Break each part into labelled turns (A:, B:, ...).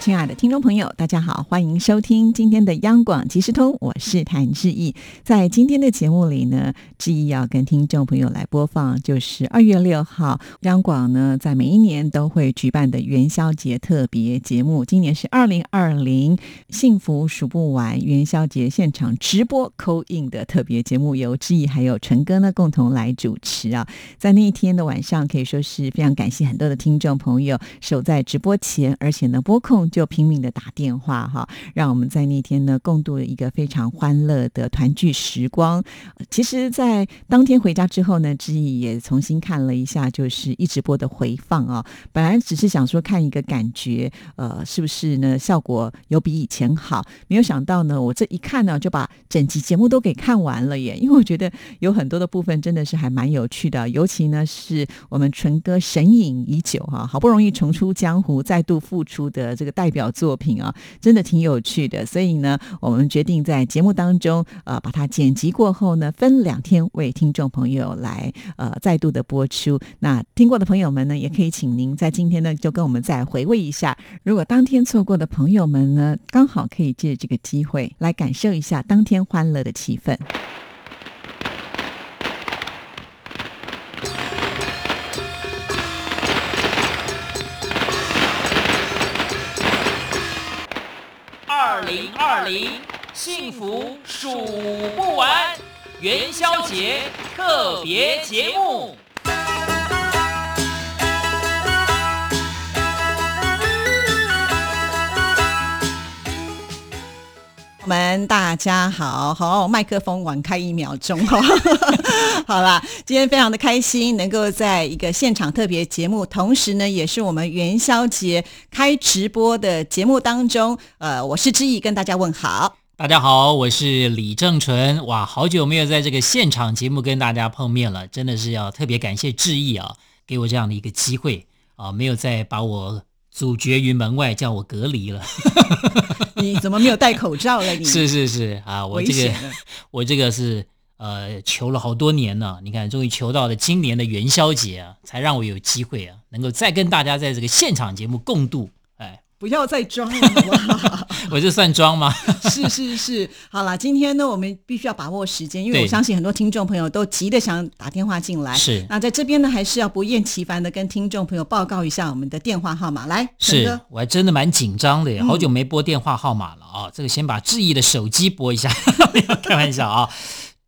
A: 亲爱的听众朋友，大家好，欢迎收听今天的央广即时通，我是谭志毅。在今天的节目里呢，志毅要跟听众朋友来播放，就是二月六号，央广呢在每一年都会举办的元宵节特别节目，今年是二零二零幸福数不完元宵节现场直播扣印的特别节目，由志毅还有陈哥呢共同来主持啊。在那一天的晚上，可以说是非常感谢很多的听众朋友守在直播前，而且呢，播控就拼命的打电话哈，让我们在那天呢共度了一个非常欢乐的团聚时光。呃其实，在当天回家之后呢，知意也重新看了一下，就是一直播的回放啊。本来只是想说看一个感觉，呃，是不是呢效果有比以前好？没有想到呢，我这一看呢，就把整集节目都给看完了耶！因为我觉得有很多的部分真的是还蛮有趣的，尤其呢是我们纯哥神隐已久哈、好不容易重出江湖、再度复出的这个代表作品啊，真的挺有趣的。所以呢，我们决定在节目当中，呃，把它剪辑过后呢，分两天为听众朋友来呃再度的播出。那听过的朋友们呢，也可以请您在今天呢就跟我们再回味一下。如果当天错过的朋友们呢，刚好可以借这个机会来感受一下当天欢乐的气氛。
B: 二零二零，幸福数不完，元宵节特别节目。
A: 我们大家好，好，麦克风晚开一秒钟哈， 好啦，今天非常的开心，能够在一个现场特别节目，同时呢，也是我们元宵节开直播的节目当中，呃，我是知意跟大家问 好。
B: 大家好，我是李正淳。哇，好久没有在这个现场节目跟大家碰面了，真的是要特别感谢志毅啊，给我这样的一个机会啊，没有再把我阻绝于门外，叫我隔离了。
A: 你怎么没有戴口罩了？你
B: 是是是啊，我
A: 危
B: 这个
A: 险了。
B: 我这个是呃求了好多年呢，你看终于求到了今年的元宵节啊，才让我有机会啊，能够再跟大家在这个现场节目共 度。哎，
A: 不要再装了，好不 好？
B: 我这算装吗？
A: 是是是，好啦，今天呢，我们必须要把握时间，因为
B: 对
A: 我相信很多听众朋友都急得想打电话进来。
B: 是
A: 那在这边呢，还是要不厌其烦的跟听众朋友报告一下我们的电话号码。来，陈
B: 是
A: 哥，，
B: 我还真的蛮紧张的耶，
A: 嗯
B: 好久没拨电话号码了啊、这个先把志毅的手机拨一下， 没有开玩笑啊。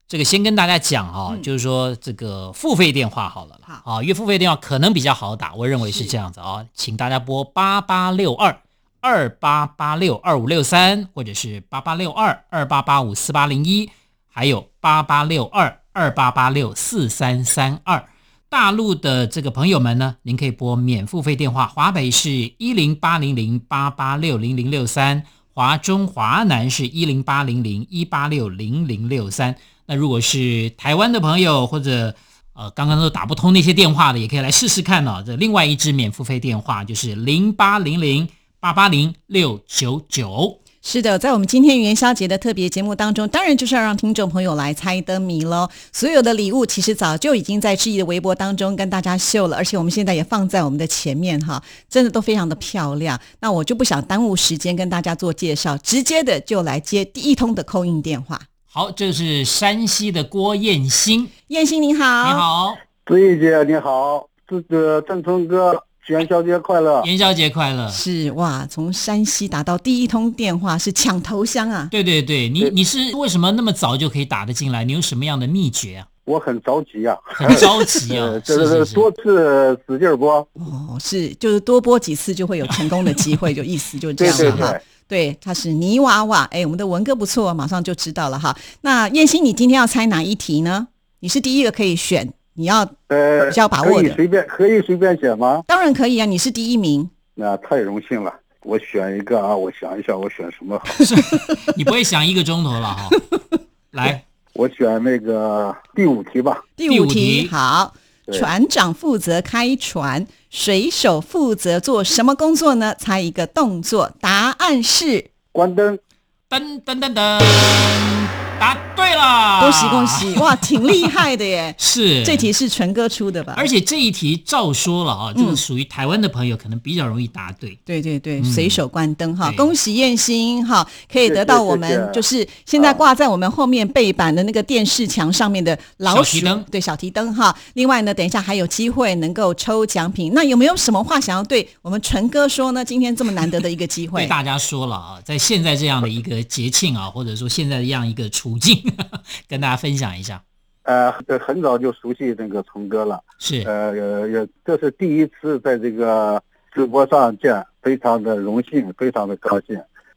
B: 这个先跟大家讲啊、
A: 嗯
B: 就是说这个付费电话好了啦，啊，因为付费电话可能比较好打，我认为是
A: 是
B: 这样子啊、请大家拨八八六二二八八六二五六三，或者是八八六二二八八五四八零一，还有八八六二二八八六四三三二。大陆的这个朋友们呢，您可以拨免付费电话，华北是一零八零零八八六零零六三，华中华南是一零八零零一八六零零六三。那如果是台湾的朋友或者呃刚刚都打不通那些电话的，也可以来试试看哦。这另外一支免付费电话就是零八零零八八零六九九。
A: 是的，在我们今天元宵节的特别节目当中，当然就是要让听众朋友来猜灯谜喽。所有的礼物其实早就已经在志毅的微博当中跟大家秀了，而且我们现在也放在我们的前面哈，真的都非常的漂亮。那我就不想耽误时间跟大家做介绍，直接的就来接第一通的扣印电话。
B: 好，这是山西的郭燕新，
A: 燕心您好，
B: 你好，
C: 子怡姐你好，这个郑成哥元宵节快乐！
B: 元宵节快乐！
A: 是哇，从山西打到第一通电话是抢头香啊。
B: 对对对，你
C: 对
B: 你是为什么那么早就可以打得进来？你有什么样的秘诀啊？
C: 我很着急呀、
B: 很着急啊
C: 呃，！这
B: 是是
C: 这
B: 是，
C: 多次使劲儿播，
A: 哦，是，就是多播几次就会有成功的机会，就意思就是这
C: 对
A: 样
C: 对
A: 了哈
C: 对。，
A: 对，他是泥娃娃。哎，我们的文哥不错，马上就知道了哈。那燕心，你今天要猜哪一题呢？你是第一个可以选，你要
C: 呃，
B: 啊
A: 比较把握
C: 可以
A: 的，
C: 随便可以随便选吗？
A: 当然可以啊，你是第一名。
C: 那太荣幸了，我选一个啊，我想一想，我选什么好？
B: 你不会想一个钟头了哈、来，
C: 我选那个第五题吧。
A: 第
B: 第
A: 五
B: 五题
A: 好，
C: 对
A: 船长负责开船，水手负责做什么工作呢？猜一个动作，答案是
C: 关灯，
B: 噔噔噔噔，答对了，！
A: 恭喜恭！喜！哇，挺厉害的耶
B: 是
A: 这题是纯哥出的吧？
B: 而且这一题照说了啊，这个
A: 嗯
B: 属于台湾的朋友可能比较容易答对。
A: 对对对，
B: 嗯
A: 随手关灯哈，
B: 对
A: 恭喜燕星哈，可以得到我
C: 谢谢谢
A: 们
C: 谢
A: 就是现在挂在我们后面背板的那个电视墙上面的老
B: 小
A: 鼠
B: 提灯
A: 对小提灯哈。另外呢，等一下还有机会能够抽奖品，那有没有什么话想要对我们纯哥说呢？今天这么难得的一个机
B: 对
A: 会，
B: 大家说了啊，在现在这样的一个节庆啊，或者说现在这样一个处境， 跟大家分享一下。
C: 呃，很很早就熟悉那个虫哥了，
B: 是
C: 呃，也也这是第一次在这个直播上见，非常的荣幸，非常的高兴，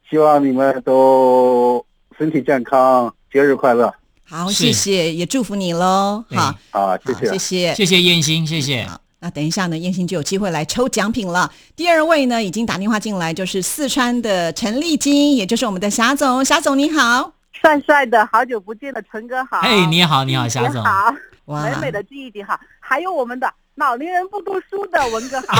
C: 希望你们都身体健康，节日快乐
A: 好，
B: 是
A: 谢谢，也祝福你喽，
B: 对
A: 好，
C: 啊！谢
A: 好，谢谢。
B: 谢谢燕心，谢谢。
A: 好，那等一下呢，燕心就有机会来抽奖品了。第二位呢，已经打电话进来，就是四川的陈丽金，也就是我们的霞总，霞总你好。
D: 帅帅的，好久不见的陈哥好。
B: 哎，你好，你好，霞
D: 霞
B: 总。
D: 好，
A: 哇
D: 哎美美的记忆体好，还有我们的老年人不读书的文哥 好。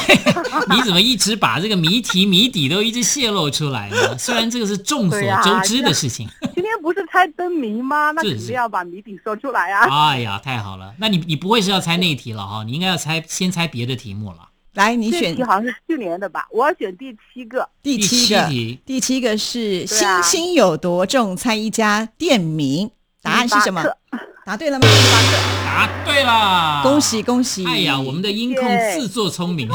B: 你怎么一直把这个谜题谜底都一直泄露出来呢？虽然这个是众所
D: 对
A: 啊
D: 呀
B: 周知的事情。
D: 今天不是猜灯谜吗？那
B: 是
D: 肯
B: 是
D: 定要把谜底说出来啊。
B: 哎呀，太好了！那你你不会是要猜那一题了哈？你应该要猜先猜别的题目了。
A: 来，你
D: 这
A: 选
D: 题好像是去年的吧？我要选第七个。
A: 第
B: 第
A: 七
B: 七
A: 个，
B: 题，
A: 第七个是
D: 对啊
A: 星星有多重？猜一家店名，答案是什么
D: 星巴克？
A: 答对了吗？
B: 答对了，
A: 恭喜！恭喜！
B: 啊哎呀，我们的音控
D: 耶
B: 自作 聪明，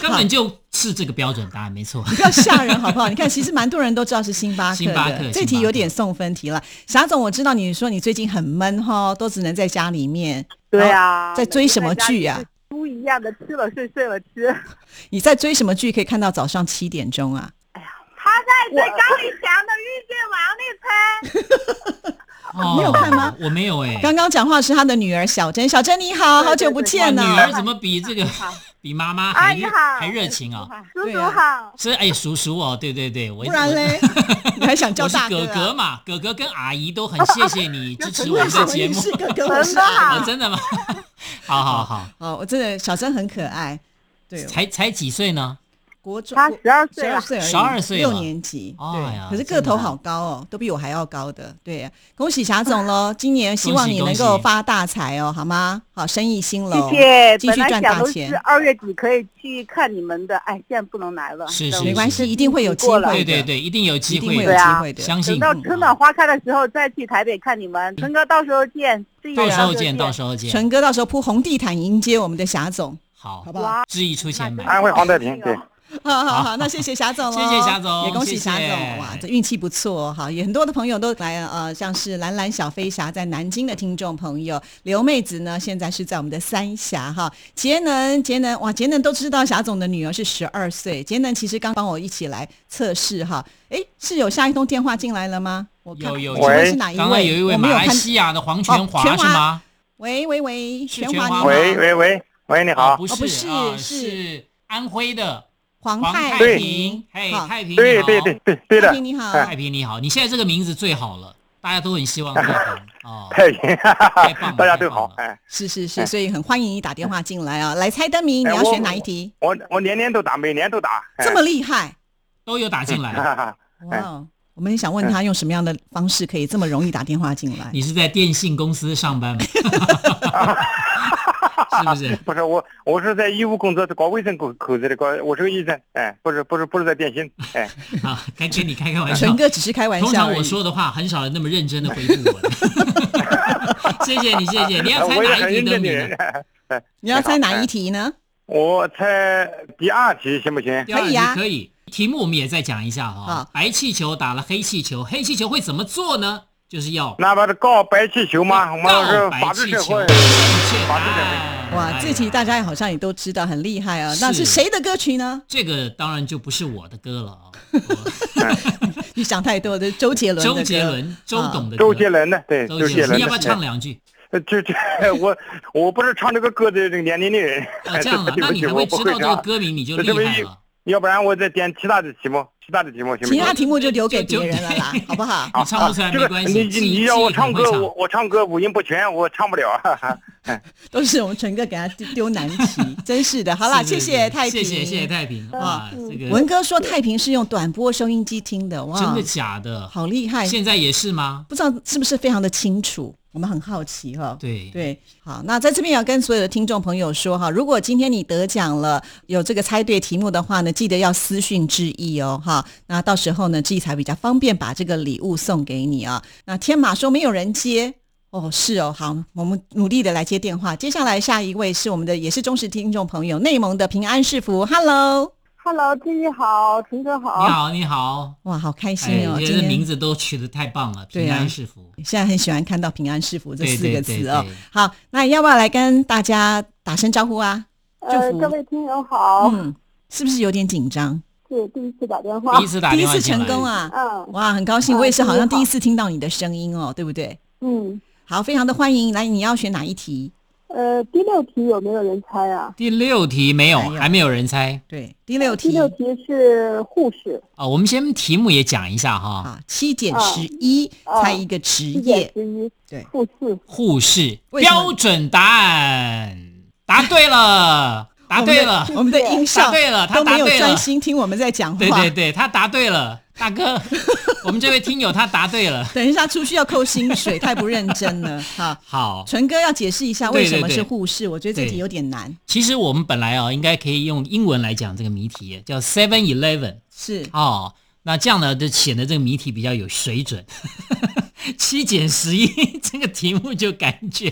B: 根本就是这个标准答案，没错。
A: 不要吓人好不好？你看，其实蛮多人都知道是星巴克
B: 星巴
A: 的，
B: 克星
A: 这
B: 巴
A: 题
B: 克
A: 有点送分题了。霞总，我知道你说你最近很闷哈，都只能在家里面。
D: 对啊。
A: 在追什么剧啊？
D: 猪一样的吃了睡，睡了吃。
A: 你在追什么剧？可以看到早上七点钟啊？
D: 他在追高以翔的《遇见王力春》。
B: 哦
A: 你有看吗？
B: 我没有哎、
A: 刚刚讲话是他的女儿小珍，小珍你好，
D: 对对
A: 好久不见呢、
B: 哇女儿怎么比这个
D: 好
B: 比妈
A: 啊
B: 妈哎还
D: 阿姨
B: 热
D: 哎好，
B: 还热情啊？！
D: 叔
A: 对
D: 叔
A: 啊
D: 哎好。
B: 是哎，叔叔哦，对对对，我
A: 不然嘞，你还想
B: 我
A: 叫
B: 我是
A: 大
B: 哥
A: 啊
B: 哥嘛，哥哥跟阿姨都很谢 谢你支持我
A: 为
B: 们
A: 什
B: 的
A: 么
B: 节
A: 你
B: 目
A: 是。哥哥，
D: 啊陈
A: 我是
D: 哥好
B: 哦，真的吗？ 好好好，
A: 哦，我真的小珍很可爱，对，
B: 才才几岁呢？
A: 国中
D: 他十二
A: 十
D: 岁
A: 二
D: 了，
A: 岁而已，
B: 12岁了
A: 六年级，
B: 哎呀
A: 对，可是个头好高哦，都比我还要高的，对，啊恭喜霞总喽，今年希望你能
B: 恭
A: 够
B: 喜
A: 发大财哦，好吗？好，生意兴隆，
D: 谢谢。
A: 继续
D: 本来
A: 赚
D: 想
A: 大
D: 都
A: 钱
D: 是，二月底可以去看你们的，哎，现在不能来了，
B: 是
D: 等
B: 是
A: 没关系，一定会有机
D: 过
A: 会
D: 了
A: 的，
B: 对对对，一定有
A: 一
B: 机
A: 定会
B: 会
A: 有
D: 对
A: 机
B: 的，
D: 啊
A: 会的，
B: 相信
D: 等。到春暖花开的时候再去台北看你们。陈哥，到时候见，志毅
B: 到时候
A: 啊
B: 见，
D: 见，
B: 到时候见。
A: 纯哥到时候铺红地毯迎接我们的霞总，
B: 好
A: 好，不好？
B: 志毅出钱买。
C: 安徽黄太平对
A: 好好好，那谢谢霞总喽，哦
B: 谢谢霞总
A: 也恭喜
B: 谢谢
A: 霞总，哇，这运气不错哦哈，也很多的朋友都来呃，像是蓝蓝小飞侠在南京的听众朋友，刘妹子呢现在是在我们的三峡哈，节能节能哇，节能都知道霞总的女儿是十二岁，节能其实刚帮我一起来测试哈，诶，是有下一通电话进来了吗？我看
B: 有有
A: 请问
C: 喂
A: 是哪一位？
B: 刚刚有一位
A: 啊我没
B: 马
A: 有
B: 来
A: 看，
B: 西亚的黄全华
A: 哦全
B: 是
A: 华
B: 吗？
A: 喂喂喂，
B: 是
A: 全
B: 全
A: 华
B: 华
A: 你
B: 吗
A: 好，
C: 喂喂喂喂，你
B: 啊
C: 好，
B: 不
A: 哦
B: 是，
A: 不是
B: 啊
A: 是
B: 是安徽的
A: 黄
B: 黄
A: 太
B: 太
A: 平
B: 平，，嘿，
A: 好
B: 太平，
C: 对对对，对对
A: 太
C: 的，哎
A: 平你好，
B: 太嗯平你好，你现在这个名字最好了，大家都很 希望太平哦。
C: 太平，哈哈
B: 太棒
C: 哈
B: 了
C: 大家都好，
B: 太
C: 哎，
A: 是是
C: 哎
A: 是，所以很欢迎你打电话进来啊，来猜灯谜，你
C: 哎
A: 要
C: 我
A: 选哪一题？
C: 我我年年都打，每年都打，哎
A: 这么厉害
B: 都有打进
C: 哈
B: 来，
C: 哈哈，
B: 哎
A: 哇哦！我们也想问他用什么样的方式可以这么容易打电话进来？
B: 你是在电信公司上班吗？ 是不是？
C: 不是我，我是在义乌工作，搞卫生口口子的，搞我是个医生，哎，不是不是不是在电信，哎，
B: 啊，跟跟你开开玩笑
A: 纯。哥只是开玩
B: 通
A: 笑
B: 常
A: 而
B: 我
A: 已。
B: 说的话，很少人那么认真的回复我的。 谢谢你，谢谢你。要猜
C: 我也
B: 哪
C: 很
B: 一
C: 认
B: 题灯
C: 真
B: 谜
C: 的
B: 呢？
C: 人，
A: 你要猜哪一题呢？
C: 我猜第二题行不行？
B: 第二
A: 可以
B: 题
A: 啊
B: 可以。题目我们也再讲一下哈、
A: 好
B: 白气球打了黑气球，黑气球会怎么做呢？就是要
C: 那不是告白气球吗？我们
B: 告
C: 是
B: 白
C: 法治
B: 气
C: 社
B: 球，
C: 会
B: 正。确答
C: 法治社
B: 案。
A: 哇，这题
B: 哎呀
A: 大家好像也都知道，很厉害啊。
B: 是
A: 那是谁的歌曲呢？
B: 这个当然就不是我的歌了啊、
A: 你想太多，这是周杰
B: 我
A: 伦的歌。啊
B: 周杰伦、周董的歌。
C: 周杰伦的，对，
B: 周
C: 周杰
B: 伦，
C: 伦
B: 你要不
C: 的
B: 要，唱两句？
C: 哎就 就我我不是唱这个歌的这个年龄的人，
B: 哦，这样啊，
C: 哎 对
B: 那
C: 不
B: 你
C: 起，
B: 还
C: 我
B: 会
C: 不
B: 知
C: 会
B: 道这个
C: 唱，
B: 歌名，你就
C: 这么
B: 厉害
C: 一
B: 了。
C: 要不然我再点其他的题目。啊
E: 其他的题目行不
A: 其
E: 行
A: 他？题目就留给
B: 就
A: 别人了啦， 好不好？
B: 你唱不出来
E: 这
B: 没
E: 个
B: 关
E: 你
B: 系，
E: 你
B: 记
E: 你让
B: 记忆
E: 我
B: 很
E: 唱
B: 会
E: 歌，我我唱歌五音不全，我唱不 了。
A: 都是我们纯哥给他丢丢难题， 真是的。好啦，
B: 是
A: 谢
B: 是
A: 谢
B: 是
A: 太平，
B: 谢谢谢谢太平，哇，这个
A: 文哥说太平是用短波收音机听的，哇，
B: 真的假的？
A: 好厉害！
B: 现在也是吗？
A: 不知道是不是非常的清楚，我们很好奇哈、
B: 对，
A: 对，好，那在这边也要跟所有的听众朋友说哈，如果今天你得奖了，有这个猜对题目的话呢，记得要私讯致意哦，哈，那到时候呢，致意才比较方便把这个礼物送给你啊。那天马说没有人接。哦，是哦，好，我们努力的来接电话。接下来下一位是我们的也是忠实听众朋友，内蒙的平安市福，Hello，
D: Hello，金宇好，陈哥好。
B: 你好，你好，
A: 哇，好开
B: 哎，
A: 心哦，
B: 我觉
A: 今
B: 得名
A: 天
B: 字都取得太棒了，
A: 对
B: 平
A: 啊
B: 安是福。
A: 现在很喜欢看到平安市福这
B: 对
A: 四
B: 对
A: 个
B: 对
A: 字哦
B: 对。
A: 好，那要不要来跟大家打声招呼啊？
D: 呃，
A: 祝福
D: 各位听友好，
A: 嗯，是不是有点紧张？
D: 是第一次打电话
B: 第一。次打
A: 第一
B: 电话
A: 次
B: 进
A: 成
B: 来
A: 功，啊！
D: 嗯
A: 哇，很高兴，
D: 啊
A: 我也是好像
D: 真的
A: 第
D: 好
A: 一次听到你的声音哦，对不对？
D: 嗯，
A: 好，非常的欢迎。来，你要选哪一题？
D: 呃，第六题有没有人猜啊？
B: 第六题没有，
A: 没有
B: 还没有人猜
A: 对，第六题。
D: 哦第六题是护士，
B: 啊。我们先题目也讲一下哈，
A: 好，啊七减十一，
D: 啊
A: 猜一个职
D: 一减
A: 业。
D: 之一，
A: 对
D: 护士。
B: 护士
A: 为什么
B: 标准答案，答对了，答对了，
A: 我们的音效
B: 答对了他
A: 都没有
B: 答对了
A: 专心听我们在讲话。
B: 对对对，他答对了，大 哥，我们这位听友他答对了，
A: 等一下出去要扣薪 水，太不认真了。哈，
B: 好，
A: 纯哥要解释一下
B: 对
A: 为
B: 对
A: 什么
B: 对
A: 是护士，我觉得这
B: 对
A: 题有点难。
B: 其实我们本来哦，应该可以用英文来讲这个谜题，叫 Seven Eleven
A: 是
B: 哦。那这样呢，就显得这个谜题比较有水准。 七减十一 这个题目就感觉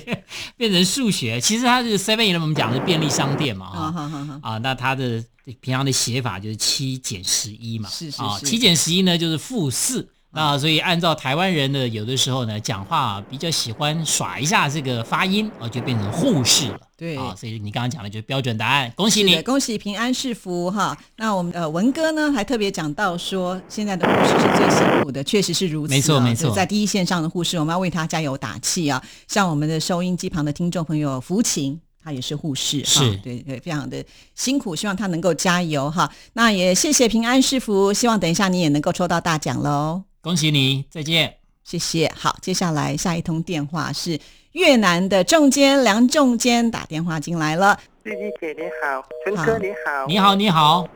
B: 变成数学，其实它是 Seven Eleven 我们讲的便利商店嘛
A: 啊，
B: 啊、
A: 好好好，
B: 啊，那它的平常的写法就是七减十一嘛，
A: 是是
B: 啊，
A: 是啊
B: 七减十一呢就是负四。那所以按照台湾人的有的时候呢，讲话啊、比较喜欢耍一下这个发音，哦、就变成护士了。
A: 对
B: 啊，所以你刚刚讲的就是标准答案，恭喜
A: 是
B: 你
A: 的，。恭喜平安是福哈。那我们呃文哥呢，还特别讲到说，现在的护士是最辛苦的，确实是如此啊、
B: 没错没错
A: 就在第一线上的护士，我们要为他加油打气啊。像我们的收音机旁的听众朋友福琴。他也是护士，哈
B: 是
A: 对对，非常的辛苦，希望他能够加油哈。那也谢谢平安是福，希望等一下你也能够抽到大奖喽。
B: 恭喜你，再见。
A: 谢谢。好，接下来下一通电话是越南的仲坚梁仲坚打电话进来了。
F: 玉玉姐你好，陈
A: 好
F: 哥你好，
B: 啊你好，你好，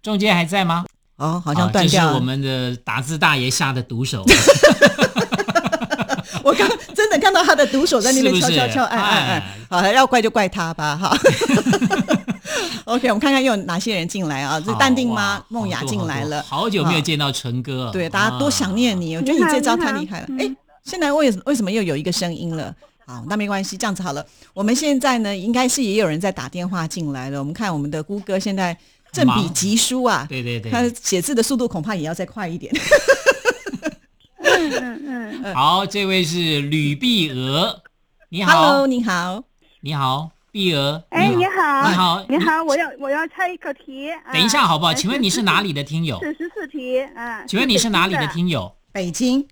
B: 仲介还在吗？
A: 哦，好
B: 好
A: 像断掉了。
B: 啊这是我们的打字大爷下的毒手，
A: 我刚真的看到他的毒手在那边
B: 是
A: 敲
B: 不是
A: 敲敲，按按按
B: 哎，
A: 好，要怪就怪他 吧， 哈。OK，我们看看又有哪些人进来 啊？是淡定吗
B: 好？
A: 梦雅进来了，
B: 哦好久没有
A: 啊
B: 见到陈哥了，
A: 对，大家多想念
B: 啊。
A: 你，我觉得你这招太厉害了。哎，现在为什为什么又有一个声音了？好，那没关系，这样子好了。我们现在呢，应该是也有人在打电话进来了。我们看我们的姑哥现在正笔
B: 忙
A: 疾书啊，
B: 对 对
A: 他
B: 对，
A: 写字的速度恐怕也要再快一点。
B: 好，这位是吕碧娥，你好
A: Hello，你好，
B: 你好，碧娥，
D: 哎，你好，
B: 你好
D: 你好，我要我要猜一个题。啊
B: 等一下好不好？请问你是哪里的听友？
D: 是十四题啊。
B: 请问你是哪里的
D: 北京？
B: 听友？
A: 北京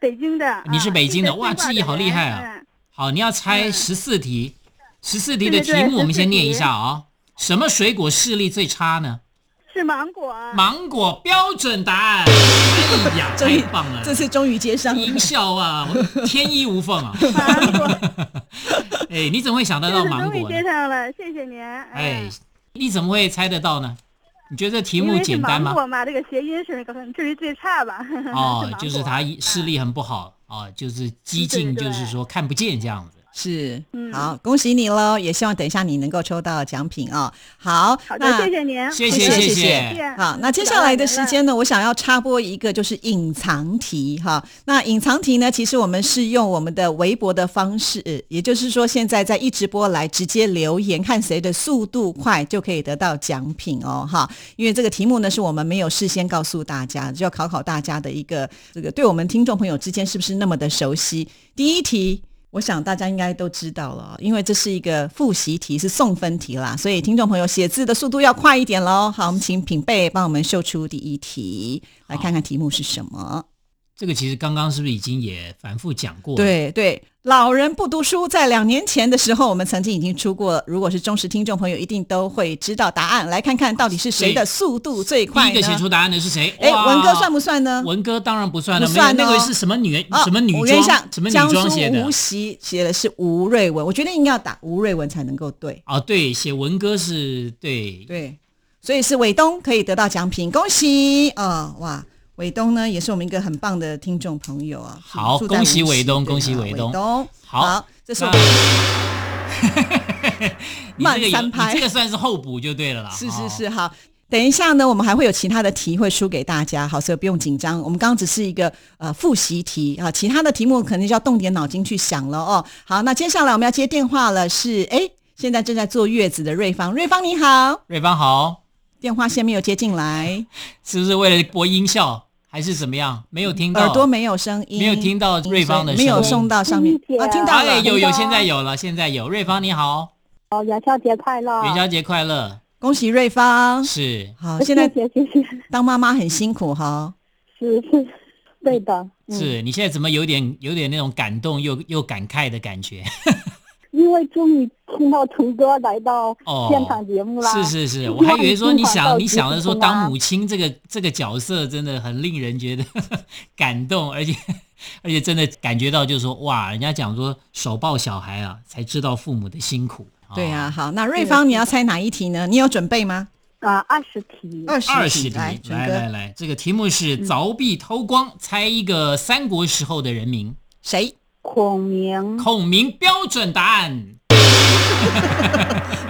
D: 北京的。
B: 你是北京的
D: 啊
B: 哇记忆好厉害！
D: 是北
B: 啊
D: 京
B: 好，你要猜
D: 嗯
B: 十四题，十四题的
D: 对对
B: 题
D: 对
B: 目我们先
D: 14
B: 念一
D: 题
B: 下啊。什么水果视力最差呢？
D: 的人嗯是芒果。
B: 芒果标准答案。哎 呀，
A: 终于
B: 太棒了！
A: 这次终于接上了。
B: 音效啊，我天衣无缝啊！
D: 芒果，
B: 哎，你怎么会想得 到
D: 这次
B: 芒
D: 终于
B: 果
D: 接
B: 呢？
D: 上了，谢谢您。嗯
B: 哎，，你怎么会猜得到呢？你觉得这题
D: 因
B: 目
D: 为是
B: 简单吗？
D: 芒果嘛，这个谐音是至于最差吧？
B: 哦，
D: 芒
B: 就是
D: 果
B: 他视力很不好啊，就是激进，
D: 对
B: 就
D: 对
B: 是说看不见这样子。
A: 是，
D: 嗯
A: 好，恭喜你喽！也希望等一下你能够抽到奖品哦。好，
D: 好的，
A: 那
D: 谢谢您，
B: 谢
A: 谢
B: 谢
A: 谢
D: 谢
B: 谢
D: 谢。
A: 好，那接下来的时间呢，我想要插播一个就是隐藏题哈。那隐藏题呢，其实我们是用我们的微博的方式，呃也就是说现在在一直播来直接留言，看谁的速度快就可以得到奖品哦哈。因为这个题目呢，是我们没有事先告诉大家，就要考考大家的一个这个对我们听众朋友之间是不是那么的熟悉。第一题。我想大家应该都知道了哦，因为这是一个复习题，是送分题啦，所以听众朋友写字的速度要快一点喽。好，我们请品贝帮我们秀出第一题，来看看题目是什么。
B: 这个其实刚刚是不是已经也反复讲过？，
A: 对对，老人不读书，在两年前的时候，我们曾经已经出过。如果是忠实听众朋友，一定都会知道答案。来看看到底是谁的速度最
B: 第
A: 快
B: 一个写出
A: 呢？
B: 答案的是谁？
A: 哎，
B: 哇
A: 文哥算不算呢？
B: 文哥当然不算了，
A: 不算
B: 没有
A: 哦
B: 那个是什么女、
A: 哦
B: 什么女
A: 我原想
B: 装什么女装
A: 江
B: 写
A: 苏
B: 的啊
A: 无？锡写的是吴瑞文，我觉得应该要打吴瑞文才能够对。
B: 哦，对，写文哥是对
A: 对，所以是伟东可以得到奖品，恭喜！啊、哇，伟东呢也是我们一个很棒的听众朋友啊。
B: 好
A: 住在
B: 恭喜
A: 无锡
B: 伟东
A: 对
B: 恭喜
A: 啊伟
B: 伟东
A: 东，
B: 好
A: 这是
B: 那
A: 我们
B: 你 这个
A: 慢
B: 有
A: 三拍
B: 你这个算是候补就对了啦。
A: 是是
B: 哦
A: 是，好。等一下呢，我们还会有其他的题会输给大家，好，所以不用紧张。我们刚刚只是一个呃复习题啊，其他的题目可能就要动点脑筋去想了哦。好，那接下来我们要接电话了，是哎，现在正在坐月子的瑞芳，瑞芳你好，
B: 瑞芳好，
A: 电话线没有接进来，
B: 是不是为了播音效还是怎么样？没有听到
A: 耳朵没有声音，
B: 嗯哦没有听到瑞芳的声
A: 没
B: 音，
A: 有送到上面
D: 谢谢
A: 啊，听到
B: 哎，
A: 了，
B: 有有，
D: 听到
B: 现在有了，现在有。瑞芳你好，
D: 哦，元宵节快乐！
B: 元宵节快乐！
A: 恭喜瑞芳。
B: 是
A: 好，
D: 谢
A: 现在
D: 谢谢谢，
A: 当妈妈很辛苦哈，
D: 是是，对的，嗯，
B: 是，你现在怎么有点有点那种感动又又感慨的感觉？
D: 因为终于听到成哥来到
B: 哦
D: 现场节目啦，
B: 是是是，我还以为说你
D: 希望
B: 想
D: 到
B: 你想的说
D: 今天啊
B: 当母亲这个这个角色真的很令人觉得 感动，而且而且真的感觉到就是说哇，人家讲说手抱小孩啊，才知道父母的辛苦。哦
A: 对啊呀、、好，那瑞芳你要猜哪一题呢？你有准备吗？
D: 啊，二十题，
A: 二十
B: 二十题，
A: 来
B: 来，
A: 纯
B: 来
A: 哥
B: 来这个题目
D: 嗯
B: 是凿壁偷光，猜一个三国时候的人名。
A: 谁？
D: 孔明，
B: 孔明标准答案，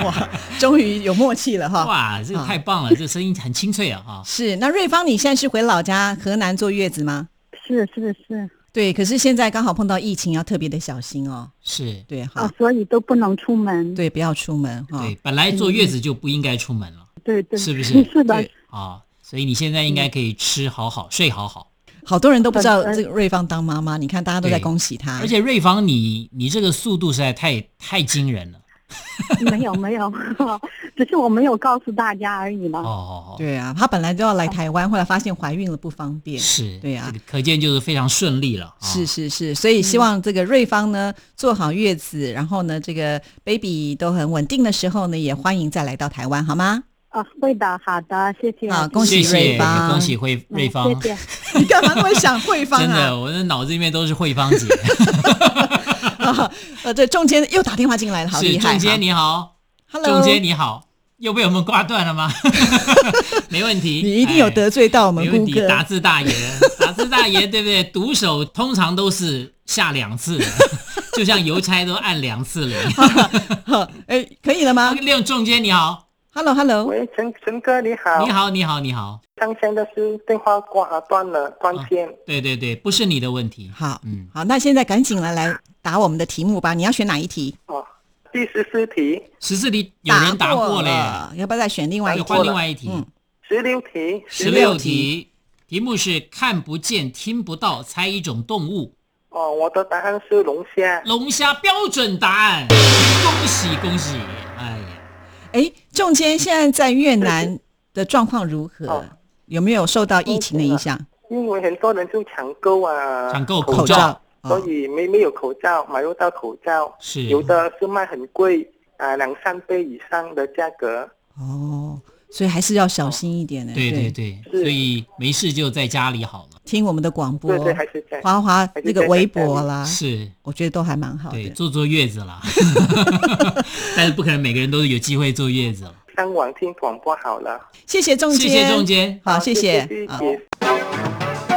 A: 哇，终于有默契了哈。
B: 哇，这个
A: 啊
B: 太棒了，这声音很清脆啊！哈，
A: 是，那瑞芳，你现在是回老家河南坐月子吗？
D: 是是是
A: 对，可是现在刚好碰到疫情，要特别的小心哦。
B: 是
A: 对，啊好，
D: 啊，所以都不能出门，
A: 对，不要出门哈。
B: 对，本来坐月子就不应该出门了
D: 嗯对对，
B: 是不是
D: 是？ 是的，
A: 对
B: 啊，所以你现在应该可以吃好
A: 嗯
B: 好，睡好好。
A: 好多人都不知道
D: 本身
A: 这个瑞芳当妈妈，你看大家都在
B: 对
A: 恭喜她，
B: 而且瑞芳你，你这个速度实在太太惊人了。
D: 没有没有， 只是我没有告诉大家而已
B: 哦
D: 了。
B: 哦，哦
A: 对啊，她本来就要来台湾，后来发现怀孕了不方便。
B: 是，
A: 对啊
B: 这个可见就是非常顺利了。啊
A: 是是是，所以希望这个瑞芳呢做好月子，然后呢这个 baby 都很稳定的时候呢，也欢迎再来到台湾，好吗？
D: 啊，会的，好的，谢谢。
A: 好恭喜
B: 谢谢，
A: 瑞芳
B: 恭喜慧
D: 嗯
B: 瑞芳。
D: 谢谢。
A: 你干嘛那么想慧芳
B: 真
A: 啊？
B: 的，我的脑子里面都是慧芳姐。
A: 呃，这中间又打电话进来了， 好
B: 是
A: 厉害！
B: 仲坚你好，
A: 哈 Hello，
B: 仲坚你好，又被我们挂断 了吗？没问题，
A: 你一定有
B: 哎
A: 得罪到我们
B: 没问
A: 顾
B: 题，
A: 哥。
B: 达字大爷，达字大爷，对不对？毒手通常都是下两次， 就像邮差都按两次了。
A: 哎，可以了吗
B: 六中间你好，
A: ？Hello Hello，
F: 喂，陈陈哥你好，
B: 你，好，你好，你好，
F: 刚才的是电话挂呃断了，断
B: 啊
F: 线。
B: 对对对，不是你的问题。
A: 好
B: 嗯，
A: 好，那现在赶紧来来答我们的题目吧。你要选哪一题？
F: 哦，第十四题、
B: 十四题有人答过了耶，
A: 了，要不要再选另外一
B: 就
A: 题
B: 换？另外一题
A: 嗯。
F: 十六题、
B: 十六题，题目是看不见、听不到，猜一种动物。
F: 哦，我的答案是龙虾。
B: 龙虾标准答案，恭喜恭喜！哎呀，
A: 哎，仲坚现在在越南的状况如何
F: 哦？
A: 有没有受到疫情的影响？
F: 因为很多人就抢购啊，
B: 抢购口
A: 口
B: 罩
A: 罩，
F: 所
A: 哦
F: 以没没有口罩，买不到口罩，
B: 是
F: 有的是卖很贵啊、两三倍以上的价格。
A: 哦，所以还是要小心一点呢。
B: 对对，对，
F: 是
B: 所以没事就在家里好了。
A: 听我们的广播
F: 对，对，还是这样。
A: 滑滑那个微博啦，
B: 是。
A: 我觉得都还蛮好
B: 对，
A: 的。
B: 坐坐月子啦， 但是不可能每个人都有机会坐月子了。
F: 上网听广播好了。
A: 谢谢仲
B: 谢
A: 坚，
B: 谢中，间，
A: 好，谢谢
F: 谢
A: 啊。
F: 谢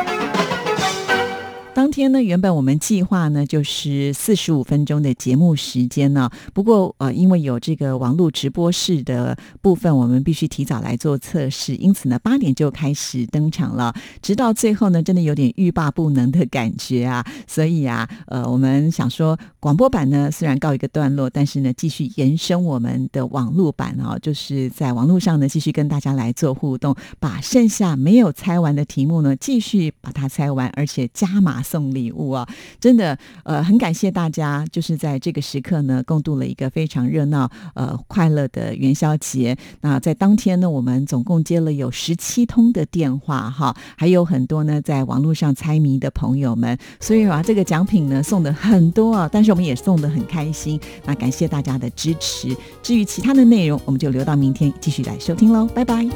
G: 当天呢，原本我们计划呢就是四十五分钟的节目时间呢、不过呃，因为有这个网络直播室的部分，我们必须提早来做测试，因此呢，八点就开始登场了，直到最后呢，真的有点欲罢不能的感觉啊。所以啊，呃，我们想说广播版呢虽然告一个段落，但是呢，继续延伸我们的网络版啊，就是在网络上呢继续跟大家来做互动，把剩下没有猜完的题目呢继续把它猜完，而且加码送。
A: 送礼物啊，真的呃很感谢大家，就是在这个时刻呢，共度了一个非常热闹呃快乐的元宵节。那在当天呢，我们总共接了有十七通的电话哈，还有很多呢在网络上猜谜的朋友们，所以啊，这个奖品呢送的很多啊，但是我们也送的很开心。那感谢大家的支持。至于其他的内容，我们就留到明天继续来收听喽，拜拜。